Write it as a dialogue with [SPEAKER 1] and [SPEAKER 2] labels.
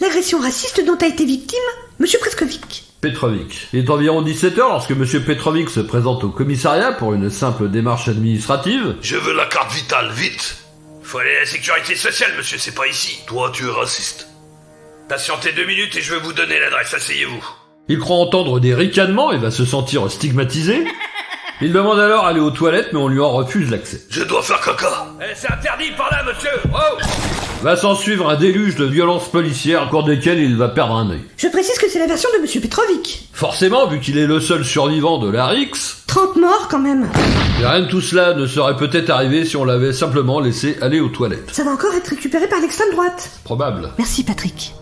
[SPEAKER 1] L'agression raciste dont a été victime Monsieur Prescovic.
[SPEAKER 2] Petrovic. Il est environ 17h lorsque M. Petrovic se présente au commissariat pour une simple démarche administrative.
[SPEAKER 3] Je veux la carte vitale, vite
[SPEAKER 4] Faut aller à la sécurité sociale, monsieur, c'est pas ici.
[SPEAKER 3] Toi, tu es raciste.
[SPEAKER 4] Patientez deux minutes et je vais vous donner l'adresse, asseyez-vous.
[SPEAKER 2] Il croit entendre des ricanements et va se sentir stigmatisé. Il demande alors à aller aux toilettes mais on lui en refuse l'accès.
[SPEAKER 3] Je dois faire caca
[SPEAKER 4] Eh, c'est interdit par là, monsieur Oh
[SPEAKER 2] Va s'en suivre un déluge de violences policières au cours desquelles il va perdre un œil.
[SPEAKER 1] Je précise que c'est la version de Monsieur Petrovic.
[SPEAKER 2] Forcément, vu qu'il est le seul survivant de la Rix,
[SPEAKER 1] 30 morts quand même.
[SPEAKER 2] et rien de tout cela ne serait peut-être arrivé si on l'avait simplement laissé aller aux toilettes.
[SPEAKER 1] Ça va encore être récupéré par l'extrême droite.
[SPEAKER 2] Probable.
[SPEAKER 1] Merci Patrick.